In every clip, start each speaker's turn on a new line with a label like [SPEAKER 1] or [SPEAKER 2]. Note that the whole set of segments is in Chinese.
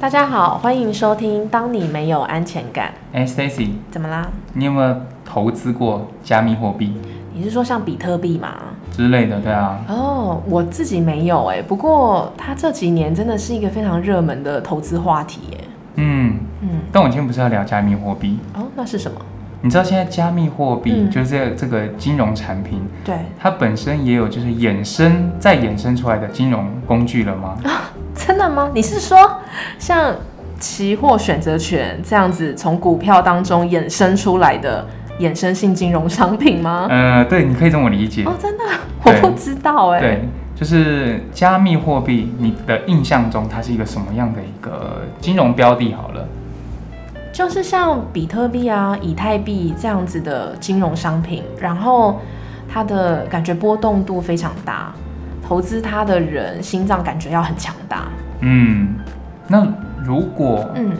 [SPEAKER 1] 大家好，欢迎收听《当你没有安全感
[SPEAKER 2] 哎、s t a c y》，
[SPEAKER 1] 怎么啦？
[SPEAKER 2] 你有没有投资过加密货币
[SPEAKER 1] 你是说像比特币吗？
[SPEAKER 2] 之类的？对啊，
[SPEAKER 1] 哦，我自己没有哎、不过它这几年真的是一个非常热门的投资话题耶、
[SPEAKER 2] 嗯，
[SPEAKER 1] 嗯，
[SPEAKER 2] 但我们今天不是要聊加密货币。
[SPEAKER 1] 哦，那是什么？
[SPEAKER 2] 你知道现在加密货币、
[SPEAKER 1] 嗯
[SPEAKER 2] 就是这个这个金融产品，
[SPEAKER 1] 对，
[SPEAKER 2] 它本身也有就是衍生再衍生出来的金融工具了吗？
[SPEAKER 1] 真的吗？你是说像期货选择权这样子从股票当中衍生出来的衍生性金融商品吗？
[SPEAKER 2] 呃，对，你可以这么理解。
[SPEAKER 1] 哦，真的，我
[SPEAKER 2] 对
[SPEAKER 1] 不知道哎、
[SPEAKER 2] 对，就是加密货币，你的印象中它是一个什么样的一个金融标的？好了，
[SPEAKER 1] 就是像比特币啊、以太币这样子的金融商品，然后它的感觉波动度非常大，投资它的人心脏感觉要很强大。
[SPEAKER 2] 嗯，那如果
[SPEAKER 1] 嗯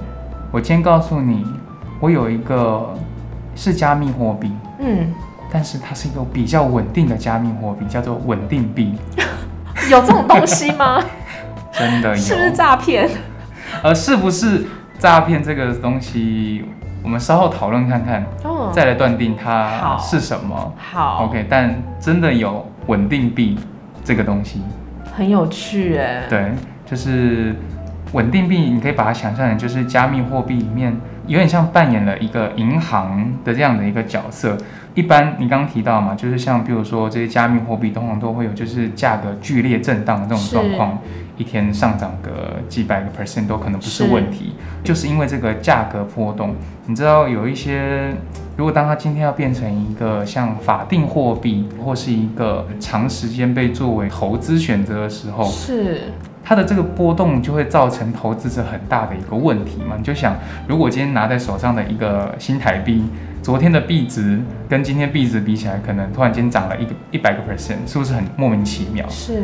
[SPEAKER 2] 我今天告诉你，我有一个是加密货币，
[SPEAKER 1] 嗯，
[SPEAKER 2] 但是它是一个比较稳定的加密货币，叫做稳定币，
[SPEAKER 1] 有这种东西吗？
[SPEAKER 2] 真哎的有。
[SPEAKER 1] 是不是诈骗？
[SPEAKER 2] 呃，是不是诈骗这个东西，我们稍后讨论看看，
[SPEAKER 1] 哦，
[SPEAKER 2] 再来断定它
[SPEAKER 1] 好
[SPEAKER 2] 是什么。
[SPEAKER 1] 好，
[SPEAKER 2] OK，但真的有稳定币这个东西，
[SPEAKER 1] 很有趣哎。
[SPEAKER 2] 对，就是稳定币，你可以把它想象成就是加密货币里面有点像扮演了一个银行的这样的一个角色。一般你刚刚提到嘛，就是像比如说这些加密货币，通常都会有就是价格剧烈震荡的这种
[SPEAKER 1] 是
[SPEAKER 2] 状况，一天上涨个几百个 percent 都可能不是
[SPEAKER 1] 是
[SPEAKER 2] 问题，就是因为这个价格波动。你知道有一些，如果当它今天要变成一个像法定货币或是一个长时间被作为投资选择的时候，
[SPEAKER 1] 是，
[SPEAKER 2] 它的这个波动就会造成投资者很大的一个问题嘛？你就想，如果今天拿在手上的一个新台币，昨天的币值跟今天币值比起来，可能突然间涨了一个一百个 percent，是不是很莫名其妙？
[SPEAKER 1] 是，哦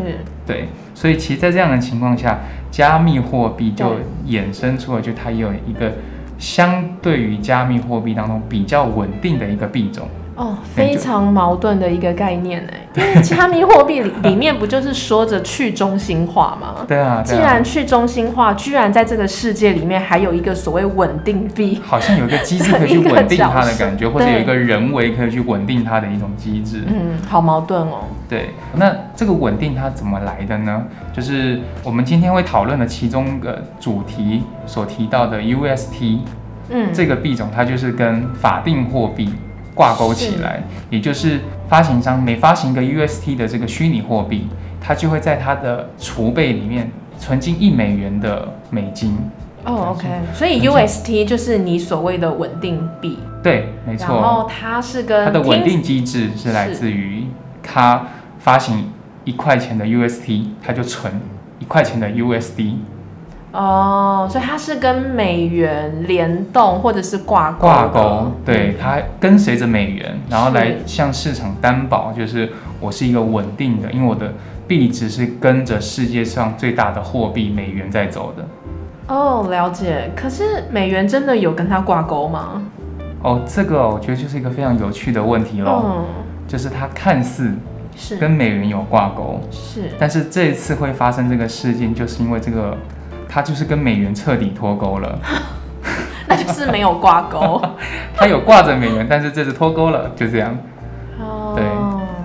[SPEAKER 2] 对，所以其实，在这样的情况下，加密货币就
[SPEAKER 1] 对
[SPEAKER 2] 衍生出了，就它也有一个相对于加密货币当中比较稳定的一个币种。
[SPEAKER 1] 哦，非常矛盾的一个概念哎，因为加密货币里里面不就是说着去中心化吗？
[SPEAKER 2] 对啊，
[SPEAKER 1] 既
[SPEAKER 2] 对啊
[SPEAKER 1] 然，去中心化，居然在这个世界里面还有一个所谓稳定 币，
[SPEAKER 2] 好像有一个机制可以 去
[SPEAKER 1] 一个
[SPEAKER 2] 稳定
[SPEAKER 1] 角
[SPEAKER 2] 它的
[SPEAKER 1] 色
[SPEAKER 2] 感觉，或者
[SPEAKER 1] 对
[SPEAKER 2] 有一个人为可以去稳定它的一种机制。
[SPEAKER 1] 嗯，好矛盾哦。
[SPEAKER 2] 对，那这个稳定它怎么来的呢？就是我们今天会讨论的其中一个主题所提到的 UST
[SPEAKER 1] 嗯，
[SPEAKER 2] 这个币种，它就是跟法定货币挂钩起来，也就是发行商每发行一个 UST 的这个虚拟货币，它就会在它的储备里面存进一美元的美金。
[SPEAKER 1] 哦，OK，所以 UST 就是你所谓的稳定币，
[SPEAKER 2] 对，没
[SPEAKER 1] 然
[SPEAKER 2] 错，
[SPEAKER 1] 后它是跟
[SPEAKER 2] 它的稳
[SPEAKER 1] 听
[SPEAKER 2] 定机制是来自于它发行一块钱的 UST，它就存一块钱的 USD。
[SPEAKER 1] 哦，所以它是跟美元联动或者是挂钩嗯
[SPEAKER 2] 挂
[SPEAKER 1] 的
[SPEAKER 2] 钩，对，它跟随着美元，然后来向市场担保，就是我是一个稳定的，因为我的币值是跟着世界上最大的货币美元在走的。
[SPEAKER 1] 哦，了解。可是美元真的有跟它挂钩吗？
[SPEAKER 2] 哦，这个哦我觉得就是一个非常有趣的问题咯，
[SPEAKER 1] 嗯，
[SPEAKER 2] 就是它看似
[SPEAKER 1] 是
[SPEAKER 2] 跟美元有挂钩，
[SPEAKER 1] 是
[SPEAKER 2] 但是这一次会发生这个事件，就是因为这个它就是跟美元彻底脱钩了，
[SPEAKER 1] 那就是没有挂 钩。
[SPEAKER 2] 它有挂着美元，但是这次脱钩了，就这样。
[SPEAKER 1] 哦，
[SPEAKER 2] 对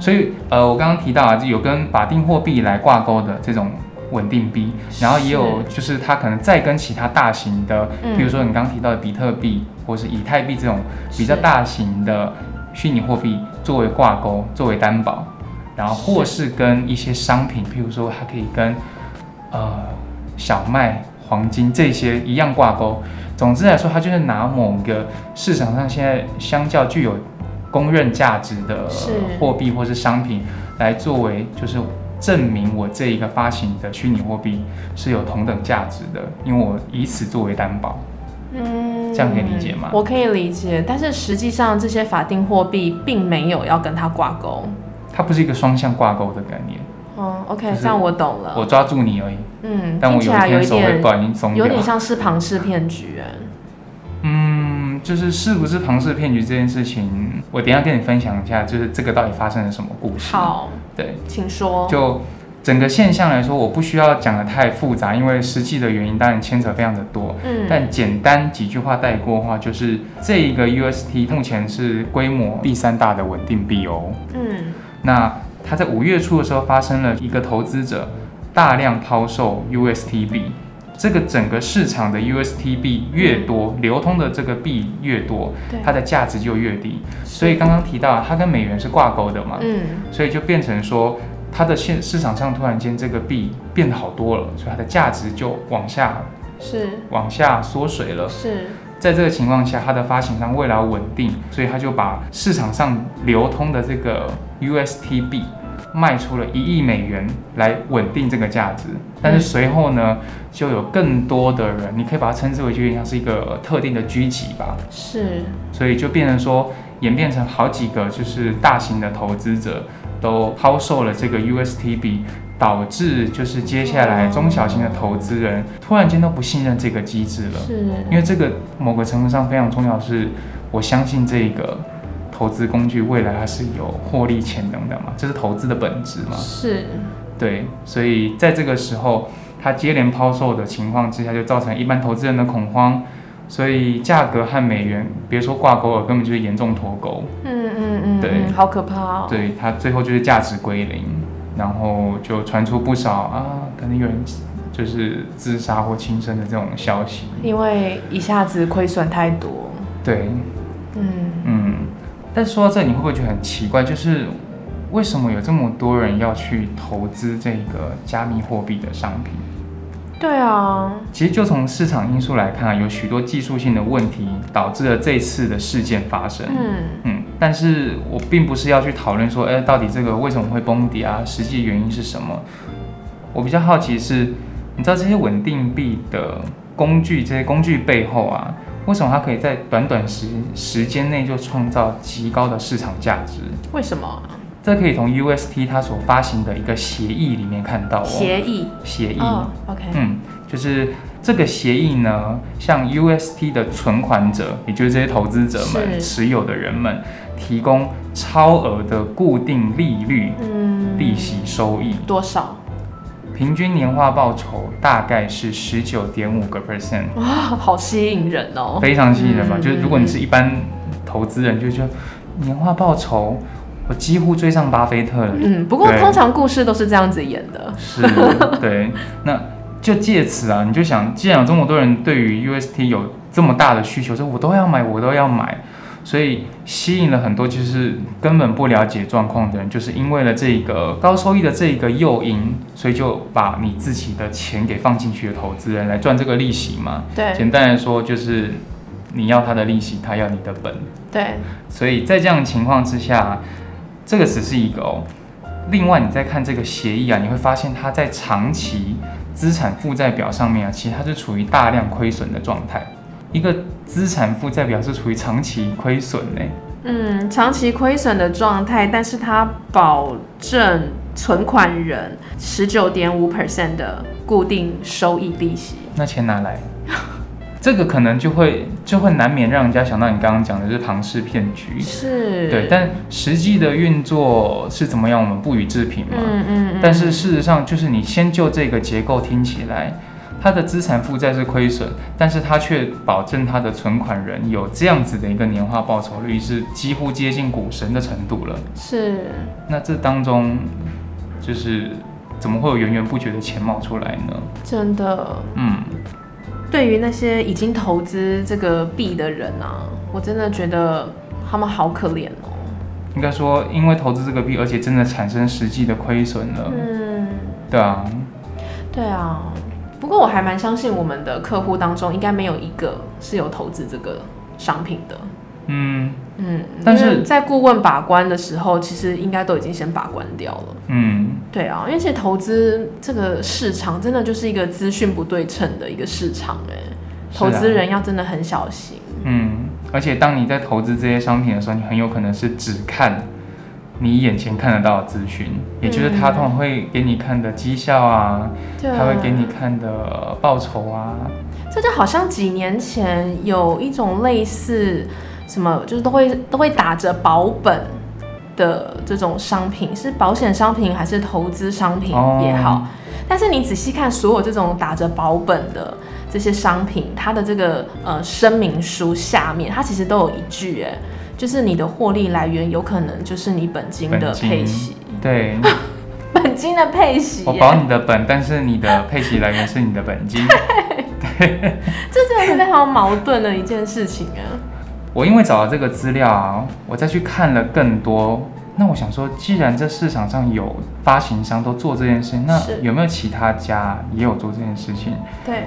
[SPEAKER 2] 所以呃，我刚刚提到啊，就有跟法定货币来挂钩的这种稳定币，然后也有就是它可能再跟其他大型的，
[SPEAKER 1] 嗯
[SPEAKER 2] 比如说你刚刚提到的比特币或是以太币这种比较
[SPEAKER 1] 是
[SPEAKER 2] 大型的虚拟货币作为挂钩，作为担保，然后或是跟一些商品，譬如说它可以跟呃小麦、黄金这些一样挂钩。总之来说，它就是拿某个市场上现在相较具有公认价值的
[SPEAKER 1] 是
[SPEAKER 2] 货币或是商品，来作为就是证明我这一个发行的虚拟货币是有同等价值的，因为我以此作为担保。
[SPEAKER 1] 嗯，
[SPEAKER 2] 这样可以理解吗
[SPEAKER 1] 我可以理解，但是实际上这些法定货币并没有要跟它挂钩。
[SPEAKER 2] 它不是一个双向挂钩的概念，
[SPEAKER 1] 哦，OK，
[SPEAKER 2] 就是
[SPEAKER 1] 这样我懂
[SPEAKER 2] 我
[SPEAKER 1] 了。
[SPEAKER 2] 抓住你而已，
[SPEAKER 1] 嗯，
[SPEAKER 2] 但
[SPEAKER 1] 听
[SPEAKER 2] 我
[SPEAKER 1] 起
[SPEAKER 2] 有
[SPEAKER 1] 来
[SPEAKER 2] 一
[SPEAKER 1] 有
[SPEAKER 2] 天
[SPEAKER 1] 一
[SPEAKER 2] 手会
[SPEAKER 1] 点
[SPEAKER 2] 不小心松掉
[SPEAKER 1] 有。点像是庞氏骗局，哎
[SPEAKER 2] 嗯，就是是不是庞氏骗局这件事情，我等一下跟你分享一下，就是这个到底发生了什么故事。，
[SPEAKER 1] 好，
[SPEAKER 2] 对，
[SPEAKER 1] 请说。
[SPEAKER 2] 就。整个现象来说，我不需要讲的太复杂，因为实际的原因当然牵扯非常的多。
[SPEAKER 1] 嗯，
[SPEAKER 2] 但简单几句话带过的话，就是这一个 UST 目前是规模第三大的稳定币哦。
[SPEAKER 1] 嗯
[SPEAKER 2] 那它在五月初的时候发生了一个投资者大量抛售 UST 币，这个整个市场的 UST 币越多，流通的这个币越多，
[SPEAKER 1] 嗯对，
[SPEAKER 2] 它的价值就越低。所以刚刚提到它跟美元是挂钩的嘛，
[SPEAKER 1] 嗯
[SPEAKER 2] 所以就变成说，它的现市场上突然间这个币变得好多了，所以它的价值就往下
[SPEAKER 1] 是
[SPEAKER 2] 往下缩水了。
[SPEAKER 1] 是
[SPEAKER 2] 在这个情况下，它的发行商为了要稳定，所以他就把市场上流通的这个 UST 币卖出了一亿美元来稳定这个价值。但是随后呢，就有更多的人，你可以把它称之为就有点像是一个特定的狙击吧，
[SPEAKER 1] 是，
[SPEAKER 2] 所以就变成说演变成好几个就是大型的投资者都抛售了这个 UST 币。导致就是接下来中小型的投资人突然间都不信任这个机制了，
[SPEAKER 1] 是
[SPEAKER 2] 因为这个某个程度上非常重要的是，我相信这个投资工具未来它是有获利潜能的嘛，这是投资的本质嘛。
[SPEAKER 1] 是
[SPEAKER 2] 对，所以在这个时候，它接连抛售的情况之下，就造成一般投资人的恐慌，所以价格和美元别说挂钩了，根本就是严重脱钩。
[SPEAKER 1] 嗯嗯嗯，
[SPEAKER 2] 对
[SPEAKER 1] 嗯好可怕哦，
[SPEAKER 2] 对，它最后就是价值归零，然后就传出不少啊，可能有人就是自杀或轻生的这种消息。
[SPEAKER 1] 因为一下子亏损太多，
[SPEAKER 2] 对，
[SPEAKER 1] 嗯
[SPEAKER 2] 嗯，但说到这，你会不会觉得很奇怪？就是为什么有这么多人要去投资这个加密货币的商品？
[SPEAKER 1] 对啊，
[SPEAKER 2] 其实就从市场因素来看啊，有许多技术性的问题导致了这次的事件发生。
[SPEAKER 1] 嗯
[SPEAKER 2] 嗯，但是我并不是要去讨论说，哎、到底这个为什么会崩底啊？实际原因是什么？我比较好奇是，你知道这些稳定币的工具，这些工具背后啊，为什么它可以在短短时时间内就创造极高的市场价值？
[SPEAKER 1] 为什么啊
[SPEAKER 2] 这可以从 UST 它所发行的一个协议里面看到哦。
[SPEAKER 1] 协议？
[SPEAKER 2] 协议，
[SPEAKER 1] 哦，OK，
[SPEAKER 2] 嗯，就是这个协议呢，向 UST 的存款者，也就是这些投资者们、
[SPEAKER 1] 是
[SPEAKER 2] 持有的人们，提供超额的固定利率
[SPEAKER 1] 嗯，
[SPEAKER 2] 利息收益，
[SPEAKER 1] 多少？
[SPEAKER 2] 平均年化报酬大概是十九点五个 percent，
[SPEAKER 1] 哇，好吸引人哦，
[SPEAKER 2] 非常吸引人嘛。
[SPEAKER 1] 嗯
[SPEAKER 2] 就是如果你是一般投资人，就觉得年化报酬，我几乎追上巴菲特了。
[SPEAKER 1] 嗯，不过
[SPEAKER 2] 对
[SPEAKER 1] 通常故事都是这样子演的，
[SPEAKER 2] 是， 对，那就借此啊，你就想，既然有这么多人对于 UST 有这么大的需求，说我都要买，我都要买，所以吸引了很多就是根本不了解状况的人，就是因为了这个高收益的这个诱因，所以就把你自己的钱给放进去的投资人来赚这个利息嘛。
[SPEAKER 1] 对
[SPEAKER 2] 简单来说就是你要他的利息，他要你的本。
[SPEAKER 1] 对，
[SPEAKER 2] 所以在这样的情况之下，这个只是一个哦。另外，你再看这个协议啊，你会发现它在长期资产负债表上面啊，其实它是处于大量亏损的状态。一个资产负债表是处于长期亏损呢，
[SPEAKER 1] 嗯，长期亏损的状态，但是它保证存款人十九点五 percent 的固定收益利息。
[SPEAKER 2] 那钱哪 来？这个可能就会就会难免让人家想到你刚刚讲的就是庞氏骗局，
[SPEAKER 1] 是，
[SPEAKER 2] 对。但实际的运作是怎么样，我们不予置评嘛。
[SPEAKER 1] 嗯嗯嗯，
[SPEAKER 2] 但是事实上，就是你先就这个结构听起来，它的资产负债是亏损，但是它却保证它的存款人有这样子的一个年化报酬率，是几乎接近股神的程度了。
[SPEAKER 1] 是
[SPEAKER 2] 那这当中，就是怎么会有源源不绝的钱冒出来呢？
[SPEAKER 1] 真的。
[SPEAKER 2] 嗯，
[SPEAKER 1] 对于那些已经投资这个币的人啊，我真的觉得他们好可怜哦。
[SPEAKER 2] 应该说，因为投资这个币，而且真的产生实际的亏损了。
[SPEAKER 1] 嗯，
[SPEAKER 2] 对啊，
[SPEAKER 1] 对啊。不过我还蛮相信我们的客户当中，应该没有一个是有投资这个商品的。
[SPEAKER 2] 嗯
[SPEAKER 1] 嗯，
[SPEAKER 2] 但
[SPEAKER 1] 因为
[SPEAKER 2] 是
[SPEAKER 1] 在顾问把关的时候，其实应该都已经先把关掉了。
[SPEAKER 2] 嗯，
[SPEAKER 1] 对啊，因为其实投资这个市场真的就是一个资讯不对称的一个市场、欸，
[SPEAKER 2] 是啊
[SPEAKER 1] 投资人要真的很小心。
[SPEAKER 2] 嗯，而且当你在投资这些商品的时候，你很有可能是只看你眼前看得到的资讯，也就是他通常会给你看的绩效啊，
[SPEAKER 1] 对啊，
[SPEAKER 2] 他会给你看的报酬啊，
[SPEAKER 1] 这就好像几年前有一种类似什么，就是都会都会打着保本的这种商品，是保险商品还是投资商品
[SPEAKER 2] 哦
[SPEAKER 1] 也好，但是你仔细看所有这种打着保本的这些商品，它的这个呃声明书下面，它其实都有一句，哎，就是你的获利来源有可能就是你本金的
[SPEAKER 2] 本金
[SPEAKER 1] 配息，
[SPEAKER 2] 对，
[SPEAKER 1] 本金的配息
[SPEAKER 2] 我
[SPEAKER 1] 耶，
[SPEAKER 2] 嗯哦保你的本，但是你的配息来源是你的本金。
[SPEAKER 1] 这真的是非常矛盾的一件事情啊。
[SPEAKER 2] 我因为找到这个资料啊，我再去看了更多。那我想说，既然这市场上有发行商都做这件事，那
[SPEAKER 1] 是
[SPEAKER 2] 有没有其他家也有做这件事情？
[SPEAKER 1] 对，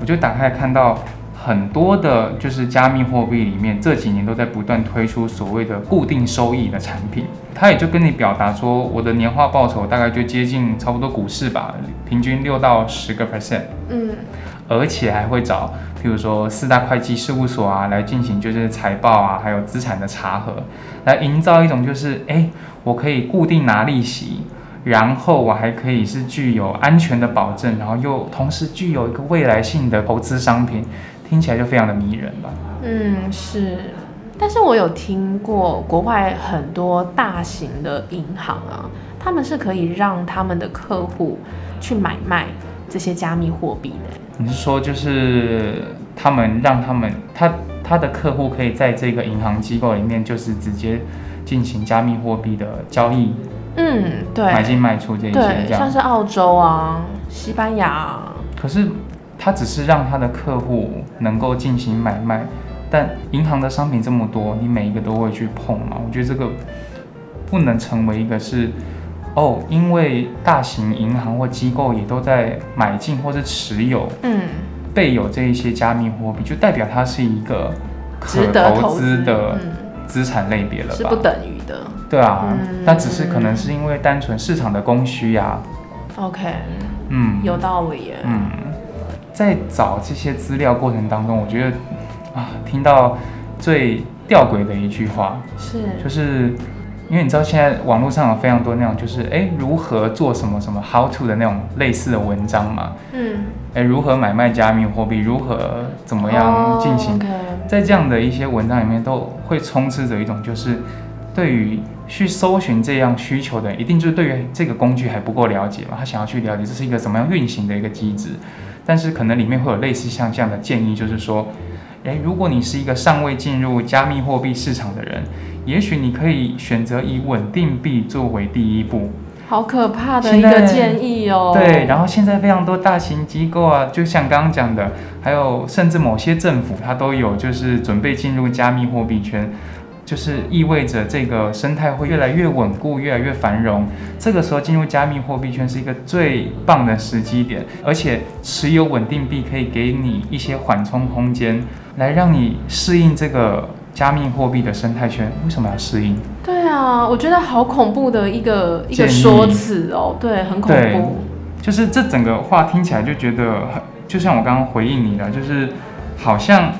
[SPEAKER 2] 我就打开看到很多的，就是加密货币里面这几年都在不断推出所谓的固定收益的产品，它也就跟你表达说，我的年化报酬大概就接近差不多股市吧，平均六到十个 percent，
[SPEAKER 1] 嗯，
[SPEAKER 2] 而且还会找，譬如说四大会计事务所啊来进行就是财报啊，还有资产的查核，来营造一种就是，哎，我可以固定拿利息。然后我还可以是具有安全的保证，然后又同时具有一个未来性的投资商品，听起来就非常的迷人吧？
[SPEAKER 1] 嗯，是。但是我有听过国外很多大型的银行啊，他们是可以让他们的客户去买卖这些加密货币的。
[SPEAKER 2] 你是说就是他们让他们他他的客户可以在这个银行机构里面就是直接进行加密货币的交易，
[SPEAKER 1] 嗯，
[SPEAKER 2] 买
[SPEAKER 1] 对，
[SPEAKER 2] 进卖出这一些
[SPEAKER 1] 对，
[SPEAKER 2] 这样
[SPEAKER 1] 像。是澳洲啊、西班牙啊、
[SPEAKER 2] 可是他只是让他的客户能够进行买卖，但银行的商品这么多，你每一个都会去碰嘛？我觉得这个不能成为一个是哦，因为大型银行或机构也都在买进或是持有
[SPEAKER 1] 嗯，
[SPEAKER 2] 备有这一些加密货币，就代表它是一个
[SPEAKER 1] 值
[SPEAKER 2] 可
[SPEAKER 1] 得
[SPEAKER 2] 投
[SPEAKER 1] 投
[SPEAKER 2] 资
[SPEAKER 1] 资
[SPEAKER 2] 的
[SPEAKER 1] 嗯，
[SPEAKER 2] 资产类别了
[SPEAKER 1] 是
[SPEAKER 2] 吧？
[SPEAKER 1] 不等于的。
[SPEAKER 2] 对啊
[SPEAKER 1] 嗯，
[SPEAKER 2] 那、只是可能是因为单纯市场的供需呀、
[SPEAKER 1] OK，
[SPEAKER 2] 嗯，
[SPEAKER 1] 有道理耶。
[SPEAKER 2] 嗯，在找这些资料过程当中，我觉得啊，听到最吊诡的一句话，
[SPEAKER 1] 是，
[SPEAKER 2] 就是因为你知道现在网络上有非常多那种就是诶如何做什么什么 how to 的那种类似的文章嘛，
[SPEAKER 1] 嗯，
[SPEAKER 2] 诶如何买卖加密货币，如何怎么样进行
[SPEAKER 1] o k
[SPEAKER 2] 在这样的一些文章里面，都会充斥着一种就是对于去搜寻这样需求的人，一定就是对于这个工具还不够了解嘛，他想要去了解这是一个怎么样运行的一个机制，但是可能里面会有类似像这样的建议，就是说。诶，如果你是一个尚未进入加密货币市场的人，也许你可以选择以稳定币作为第一步。
[SPEAKER 1] 好可怕的
[SPEAKER 2] 现
[SPEAKER 1] 一个
[SPEAKER 2] 在
[SPEAKER 1] 建议哦。
[SPEAKER 2] 对，然后现在非常多大型机构啊，就像刚刚讲的，还有甚至某些政府，它都有就是准备进入加密货币圈，就是意味着这个生态会越来越稳固，越来越繁荣。这个时候进入加密货币圈是一个最棒的时机点，而且持有稳定币可以给你一些缓冲空间，来让你适应这个加密货币的生态圈。为什么要适应？
[SPEAKER 1] 对啊，我觉得好恐怖的一个一个
[SPEAKER 2] 建议
[SPEAKER 1] 说辞哦，对，很恐
[SPEAKER 2] 对
[SPEAKER 1] 怖。
[SPEAKER 2] 就是这整个话听起来就觉得很，就像我刚刚回应你的，就是好像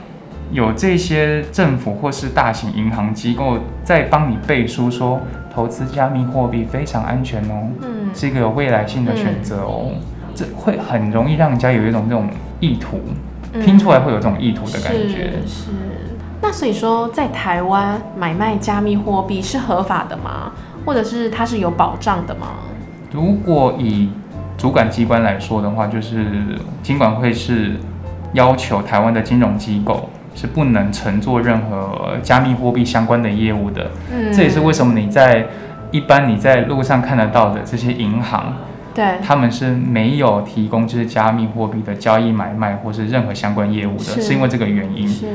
[SPEAKER 2] 有这些政府或是大型银行机构在帮你背书说，投资加密货币非常安全哦，
[SPEAKER 1] 嗯，
[SPEAKER 2] 是一个有未来性的选择哦，这会很容易让人家有一种这种意图，
[SPEAKER 1] 嗯
[SPEAKER 2] 听出来会有这种意图的感觉。
[SPEAKER 1] 是是。那所以说，在台湾买卖加密货币是合法的吗？或者是它是有保障的吗？
[SPEAKER 2] 如果以主管机关来说的话，就是金管会是要求台湾的金融机构是不能乘坐任何加密货币相关的业务的。
[SPEAKER 1] 嗯，
[SPEAKER 2] 这也是为什么你在一般你在路上看得到的这些银行，
[SPEAKER 1] 对
[SPEAKER 2] 他们是没有提供就是加密货币的交易、买卖或是任何相关业务的，
[SPEAKER 1] 是
[SPEAKER 2] 是因为这个原因。
[SPEAKER 1] 是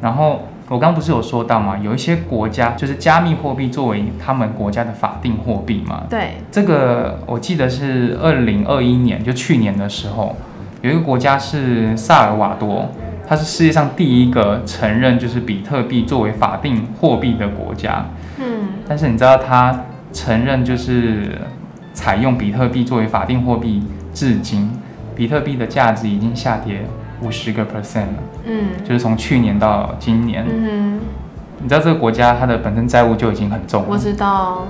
[SPEAKER 2] 然后我刚不是有说到嘛，有一些国家就是加密货币作为他们国家的法定货币嘛，
[SPEAKER 1] 对
[SPEAKER 2] 这个我记得是二零二一年，就去年的时候，有一个国家是萨尔瓦多，它是世界上第一个承认就是比特币作为法定货币的国家。
[SPEAKER 1] 嗯
[SPEAKER 2] 但是你知道它承认就是采用比特币作为法定货币，至今比特币的价值已经下跌五十个 percent 了，
[SPEAKER 1] 嗯
[SPEAKER 2] 就是从去年到今年。
[SPEAKER 1] 嗯
[SPEAKER 2] 你知道这个国家它的本身债务就已经很重
[SPEAKER 1] 哼，我
[SPEAKER 2] 了，
[SPEAKER 1] 知道。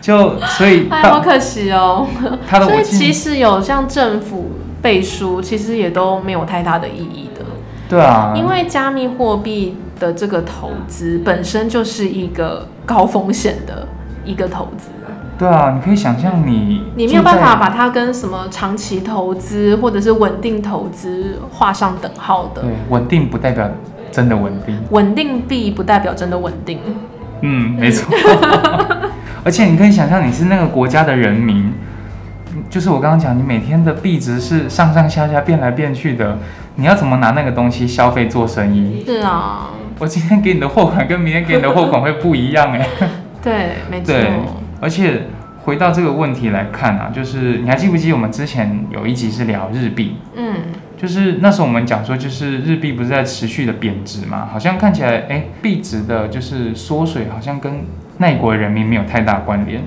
[SPEAKER 2] 就所以
[SPEAKER 1] 哎，好
[SPEAKER 2] 到
[SPEAKER 1] 可惜哦。
[SPEAKER 2] 它的
[SPEAKER 1] 所
[SPEAKER 2] 我
[SPEAKER 1] 以
[SPEAKER 2] 记
[SPEAKER 1] 其实有像政府背书，其实也都没有太大的意义的。
[SPEAKER 2] 对啊，
[SPEAKER 1] 因为加密货币的这个投资本身就是一个高风险的一个投资，
[SPEAKER 2] 对啊，你可以想象你
[SPEAKER 1] 你没有办法把它跟什么长期投资或者是稳定投资画上等号的
[SPEAKER 2] 对。稳定不代表真的稳定，
[SPEAKER 1] 稳定币不代表真的稳定，
[SPEAKER 2] 嗯，没错。 而且你可以想象你是那个国家的人民，就是我刚刚讲，你每天的币值是上上下下变来变去的，你要怎么拿那个东西消费做生意？
[SPEAKER 1] 是啊，
[SPEAKER 2] 我今天给你的货款跟明天给你的货款会不一样哎、
[SPEAKER 1] 对，没错，
[SPEAKER 2] 对， 而且回到这个问题来看啊，就是你还记不记得我们之前有一集是聊日币？
[SPEAKER 1] 嗯，
[SPEAKER 2] 就是那时候我们讲说，就是日币不是在持续的贬值嘛，好像看起来哎币值的就是缩水，好像跟那国人民没有太大关联。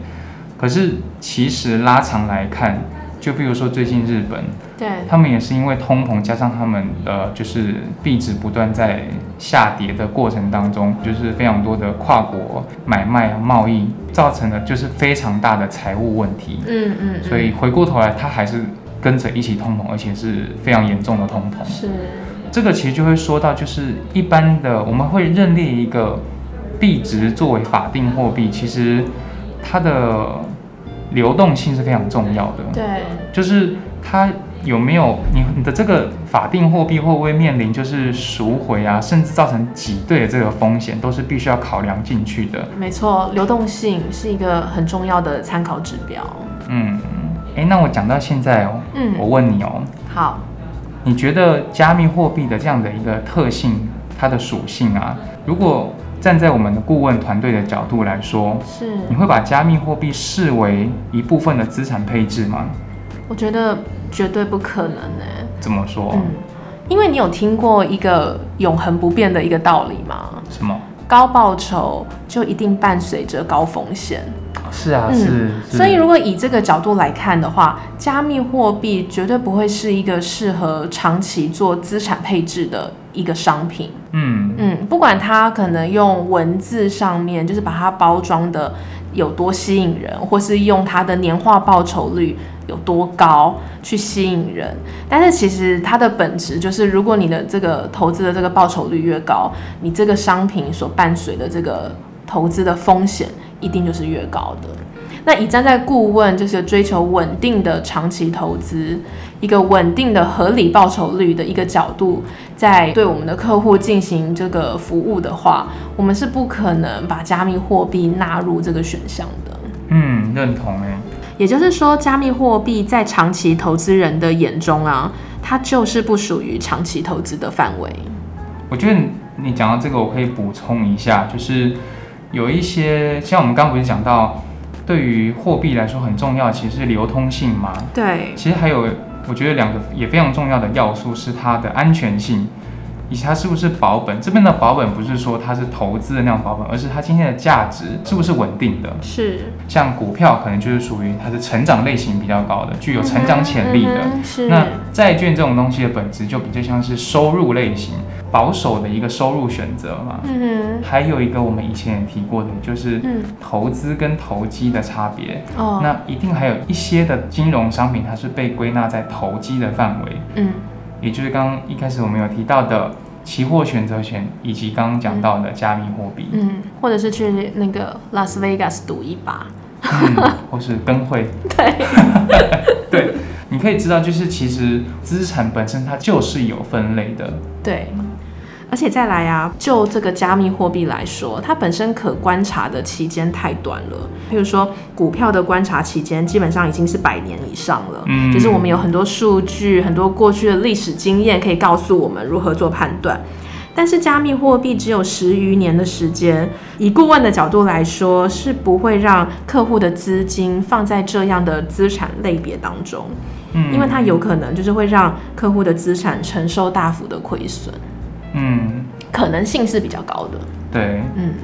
[SPEAKER 2] 可是其实拉长来看，就比如说最近日本，
[SPEAKER 1] 对，
[SPEAKER 2] 他们也是因为通膨加上他们呃就是币值不断在下跌的过程当中，就是非常多的跨国买卖啊贸易造成了就是非常大的财务问题，
[SPEAKER 1] 嗯嗯，嗯
[SPEAKER 2] 所以回过头来它还是跟着一起通膨，而且是非常严重的通膨。
[SPEAKER 1] 是，
[SPEAKER 2] 这个其实就会说到，就是一般的我们会认列一个币值作为法定货币，其实它的流动性是非常重要的。
[SPEAKER 1] 对，
[SPEAKER 2] 就是它有没有你你的这个法定货币会不会面临就是赎回啊，甚至造成挤兑的这个风险，都是必须要考量进去的。
[SPEAKER 1] 没错，流动性是一个很重要的参考指标。
[SPEAKER 2] 嗯，诶，那我讲到现在哦，
[SPEAKER 1] 嗯，
[SPEAKER 2] 我问你哦，
[SPEAKER 1] 好，
[SPEAKER 2] 你觉得加密货币的这样的一个特性，它的属性啊，如果站在我们的顾问团队的角度来说，
[SPEAKER 1] 是，
[SPEAKER 2] 你会把加密货币视为一部分的资产配置吗？
[SPEAKER 1] 我觉得绝对不可能呢、
[SPEAKER 2] 怎么说？
[SPEAKER 1] 嗯，因为你有听过一个永恒不变的一个道理吗？
[SPEAKER 2] 什么？
[SPEAKER 1] 高报酬就一定伴随着高风险，
[SPEAKER 2] 是啊，
[SPEAKER 1] 嗯
[SPEAKER 2] 是。是
[SPEAKER 1] 所以如果以这个角度来看的话，加密货币绝对不会是一个适合长期做资产配置的一个商品。
[SPEAKER 2] 嗯，
[SPEAKER 1] 嗯，不管它可能用文字上面，就是把它包装的有多吸引人，或是用它的年化报酬率有多高去吸引人，但是其实它的本质就是，如果你的这个投资的这个报酬率越高，你这个商品所伴随的这个投资的风险一定就是越高的。那以站在顾问就是追求稳定的长期投资，一个稳定的合理报酬率的一个角度，在对我们的客户进行这个服务的话，我们是不可能把加密货币纳入这个选项的。
[SPEAKER 2] 嗯，认同哎，
[SPEAKER 1] 也就是说，加密货币在长期投资人的眼中啊，它就是不属于长期投资的范围。
[SPEAKER 2] 我觉得你讲到这个，我可以补充一下，就是有一些像我们刚刚不是讲到，对于货币来说很重要，其实是流通性嘛。
[SPEAKER 1] 对，
[SPEAKER 2] 其实还有，我觉得两个也非常重要的要素是它的安全性，以及它是不是保本。这边的保本不是说它是投资的那种保本，而是它今天的价值是不是稳定的。
[SPEAKER 1] 是
[SPEAKER 2] 像股票可能就是属于它的成长类型比较高的，具有成长潜力的。
[SPEAKER 1] 嗯哼是
[SPEAKER 2] 那债券这种东西的本质就比较像是收入类型，保守的一个收入选择嘛。
[SPEAKER 1] 嗯
[SPEAKER 2] 还有一个我们以前也提过的，就是
[SPEAKER 1] 哼嗯
[SPEAKER 2] 投资跟投机的差别。
[SPEAKER 1] 哦
[SPEAKER 2] 那一定还有一些的金融商品，它是被归纳在投机的范围，
[SPEAKER 1] 嗯
[SPEAKER 2] 也就是刚刚一开始我们有提到的期货选择权，以及刚刚讲到的加密货 币，
[SPEAKER 1] 嗯，或者是去那个拉斯维加斯赌一把。
[SPEAKER 2] 嗯，或是跟会。对，对，你可以知道，就是其实资产本身它就是有分类的。
[SPEAKER 1] 对，而且再来啊，就这个加密货币来说，它本身可观察的期间太短了。譬如说，股票的观察期间基本上已经是百年以上了，
[SPEAKER 2] 嗯
[SPEAKER 1] 就是我们有很多数据、很多过去的历史经验可以告诉我们如何做判断。但是加密货币只有十余年的时间，以顾问的角度来说，是不会让客户的资金放在这样的资产类别当中。
[SPEAKER 2] 嗯，
[SPEAKER 1] 因为它有可能就是会让客户的资产承受大幅的亏损，
[SPEAKER 2] 嗯，
[SPEAKER 1] 可能性是比较高的。
[SPEAKER 2] 对，
[SPEAKER 1] 嗯，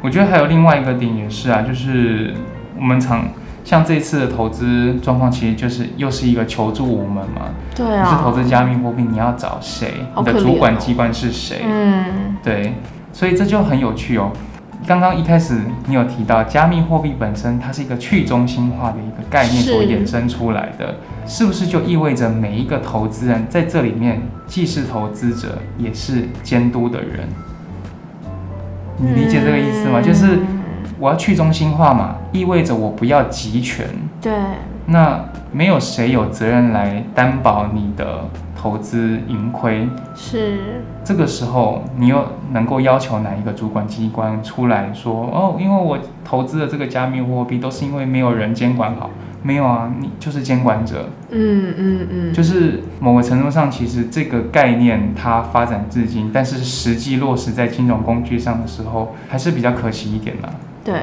[SPEAKER 2] 我觉得还有另外一个点也是啊，就是我们常像这次的投资状况，其实就是又是一个求助无门嘛。
[SPEAKER 1] 对
[SPEAKER 2] 你是投
[SPEAKER 1] 啊，
[SPEAKER 2] 资加密货币，你要找谁？
[SPEAKER 1] 好
[SPEAKER 2] 你
[SPEAKER 1] 可
[SPEAKER 2] 的
[SPEAKER 1] 怜哦
[SPEAKER 2] 主管机关是谁？
[SPEAKER 1] 嗯，
[SPEAKER 2] 对，所以这就很有趣哦。刚刚一开始你有提到，加密货币本身它是一个去中心化的一个概念
[SPEAKER 1] 是
[SPEAKER 2] 所衍生出来的，是不是就意味着每一个投资人在这里面既是投资者，也是监督的人？你理解这个意思
[SPEAKER 1] 嗯
[SPEAKER 2] 吗？就是我要去中心化嘛，意味着我不要集权，
[SPEAKER 1] 对，
[SPEAKER 2] 那没有谁有责任来担保你的投资盈亏。
[SPEAKER 1] 是，
[SPEAKER 2] 这个时候，你又能够要求哪一个主管机关出来说哦？因为我投资的这个加密货币都是因为没有人监管好，没有啊，你就是监管者，
[SPEAKER 1] 嗯嗯嗯，
[SPEAKER 2] 就是某个程度上，其实这个概念它发展至今，但是实际落实在金融工具上的时候，还是比较可惜一点的、
[SPEAKER 1] 对，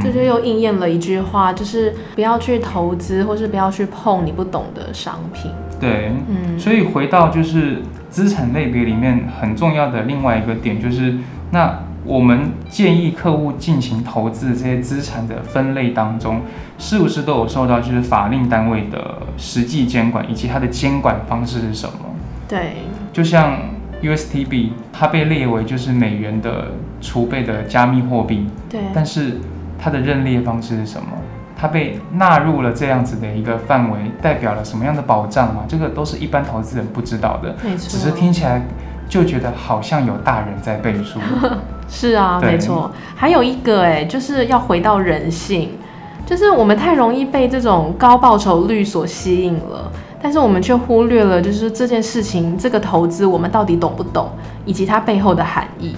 [SPEAKER 1] 这
[SPEAKER 2] 嗯，
[SPEAKER 1] 就又应验了一句话，就是不要去投资，或是不要去碰你不懂的商品。
[SPEAKER 2] 对，
[SPEAKER 1] 嗯，
[SPEAKER 2] 所以回到就是资产类别里面很重要的另外一个点，就是那我们建议客户进行投资的这些资产的分类当中，是不是都有受到就是法令单位的实际监管，以及它的监管方式是什么？
[SPEAKER 1] 对，
[SPEAKER 2] 就像 USTB，它被列为就是美元的储备的加密货币，
[SPEAKER 1] 对，
[SPEAKER 2] 但是它的认列方式是什么？它被纳入了这样子的一个范围，代表了什么样的保障吗？这个都是一般投资人不知道的，
[SPEAKER 1] 没错，
[SPEAKER 2] 只是听起来就觉得好像有大人在背 书。
[SPEAKER 1] 是啊，
[SPEAKER 2] 对
[SPEAKER 1] 没错。还有一个哎、就是要回到人性，就是我们太容易被这种高报酬率所吸引了，但是我们却忽略了，就是这件事情，这个投资我们到底懂不懂，以及它背后的含义。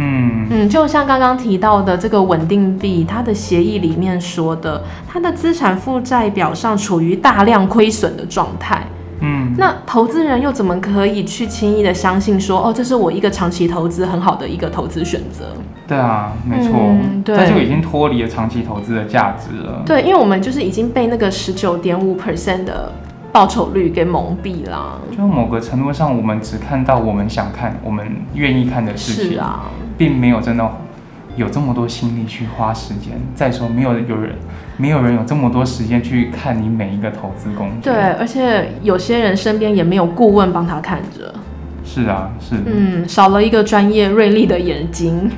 [SPEAKER 2] 嗯，
[SPEAKER 1] 嗯，就像刚刚提到的这个稳定币，它的协议里面说的，它的资产负债表上处于大量亏损的状态。
[SPEAKER 2] 嗯，
[SPEAKER 1] 那投资人又怎么可以去轻易的相信说，哦，这是我一个长期投资很好的一个投资选择？
[SPEAKER 2] 对啊，没错，
[SPEAKER 1] 嗯对
[SPEAKER 2] 这就已经脱离了长期投资的价值了。
[SPEAKER 1] 对，因为我们就是已经被那个十九点五 percent 的报酬率给蒙蔽啦。
[SPEAKER 2] 就某个程度上，我们只看到我们想看、我们愿意看的事情，
[SPEAKER 1] 是啊，
[SPEAKER 2] 并没有真的有这么多心力去花时间。再说，没有有人，没有人有这么多时间去看你每一个投资工具。
[SPEAKER 1] 对，，而且有些人身边也没有顾问帮他看着，
[SPEAKER 2] 是啊，是、
[SPEAKER 1] 嗯，少了一个专业锐利的眼睛。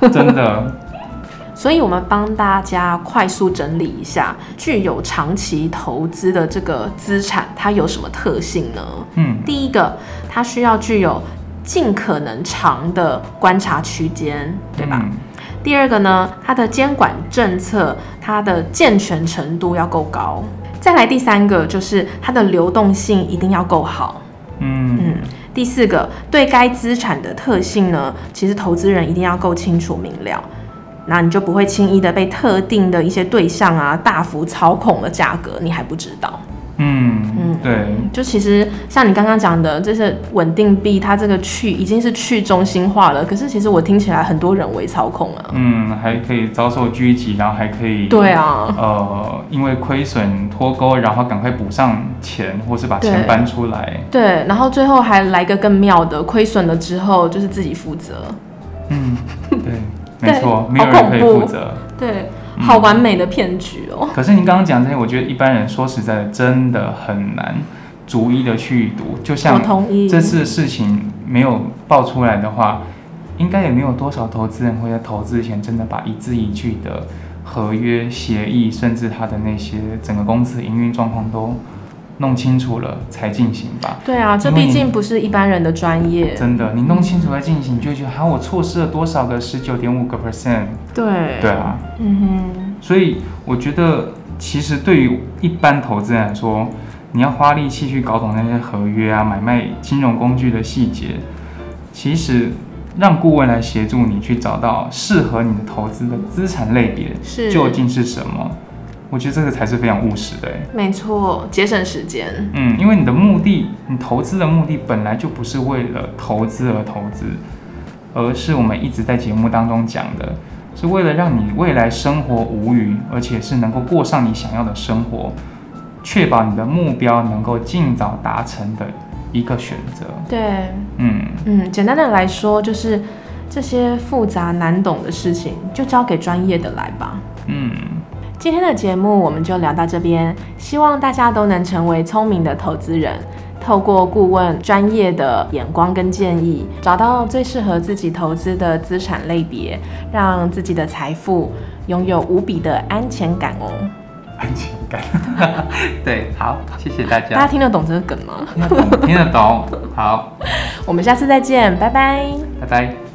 [SPEAKER 2] 真的，
[SPEAKER 1] 所以，我们帮大家快速整理一下，具有长期投资的这个资产，它有什么特性呢？
[SPEAKER 2] 嗯，
[SPEAKER 1] 第一个，它需要具有尽可能长的观察区间，对吧？
[SPEAKER 2] 嗯
[SPEAKER 1] 第二个呢，它的监管政策，它的健全程度要够高。再来第三个就是它的流动性一定要够好。
[SPEAKER 2] 嗯
[SPEAKER 1] 嗯，第四个，对该资产的特性呢，其实投资人一定要够清楚明了，那你就不会轻易的被特定的一些对象啊大幅操控了价格，你还不知道。
[SPEAKER 2] 嗯
[SPEAKER 1] 嗯
[SPEAKER 2] 对，
[SPEAKER 1] 就其实像你刚刚讲的，这些稳定币，它这个去已经是去中心化了，可是其实我听起来很多人为操控啊。
[SPEAKER 2] 嗯，还可以遭受狙击，然后还可以
[SPEAKER 1] 对啊，
[SPEAKER 2] 呃，因为亏损脱钩，然后赶快补上钱，或是把
[SPEAKER 1] 对
[SPEAKER 2] 钱搬出来。
[SPEAKER 1] 对，然后最后还来个更妙的，亏损了之后就是自己负责。
[SPEAKER 2] 嗯， 对，
[SPEAKER 1] 对
[SPEAKER 2] 没错，
[SPEAKER 1] 好
[SPEAKER 2] 没有人可以
[SPEAKER 1] 恐怖
[SPEAKER 2] 负责。
[SPEAKER 1] 对，好完美的骗局哦。
[SPEAKER 2] 可是你刚刚讲这些，我觉得一般人说实在的，真的很难逐一的去读。就
[SPEAKER 1] 我
[SPEAKER 2] 像
[SPEAKER 1] 同意。
[SPEAKER 2] 这次的事情没有爆出来的话，应该也没有多少投资人会在投资前真的把一字一句的合约、协议，甚至他的那些整个公司营运状况都弄清楚了才进行吧。
[SPEAKER 1] 对啊，这
[SPEAKER 2] 因为
[SPEAKER 1] 毕
[SPEAKER 2] 你
[SPEAKER 1] 竟不是一般人的专业。
[SPEAKER 2] 真的，你弄清楚再进行，你就会觉得，哈、我错失了多少个十九点五个 percent？
[SPEAKER 1] 对。
[SPEAKER 2] 对啊，
[SPEAKER 1] 嗯
[SPEAKER 2] 所以我觉得，其实对于一般投资人来说，你要花力气去搞懂那些合约啊、买卖金融工具的细节，其实让顾问来协助你去找到适合你的投资的资产类别
[SPEAKER 1] 哼，是。
[SPEAKER 2] 究竟是什么，我觉得这个才是非常务实的欸。
[SPEAKER 1] 没错，节省时间。
[SPEAKER 2] 嗯，因为你的目的，你投资的目的本来就不是为了投资而投资，而是我们一直在节目当中讲的，是为了让你未来生活无虞，而且是能够过上你想要的生活，确保你的目标能够尽早达成的一个选择。
[SPEAKER 1] 对，
[SPEAKER 2] 嗯，
[SPEAKER 1] 嗯，简单的来说就是这些复杂难懂的事情，就交给专业的来吧。
[SPEAKER 2] 嗯，
[SPEAKER 1] 今天的节目我们就聊到这边，希望大家都能成为聪明的投资人，透过顾问专业的眼光跟建议，找到最适合自己投资的资产类别，让自己的财富拥有无比的安全感哦。
[SPEAKER 2] 安全感。 对，啊好，谢谢大
[SPEAKER 1] 大家
[SPEAKER 2] 家，
[SPEAKER 1] 听得懂这个梗吗？
[SPEAKER 2] 听得懂，听得懂，好，
[SPEAKER 1] 我们下次再见，拜拜。
[SPEAKER 2] 拜拜。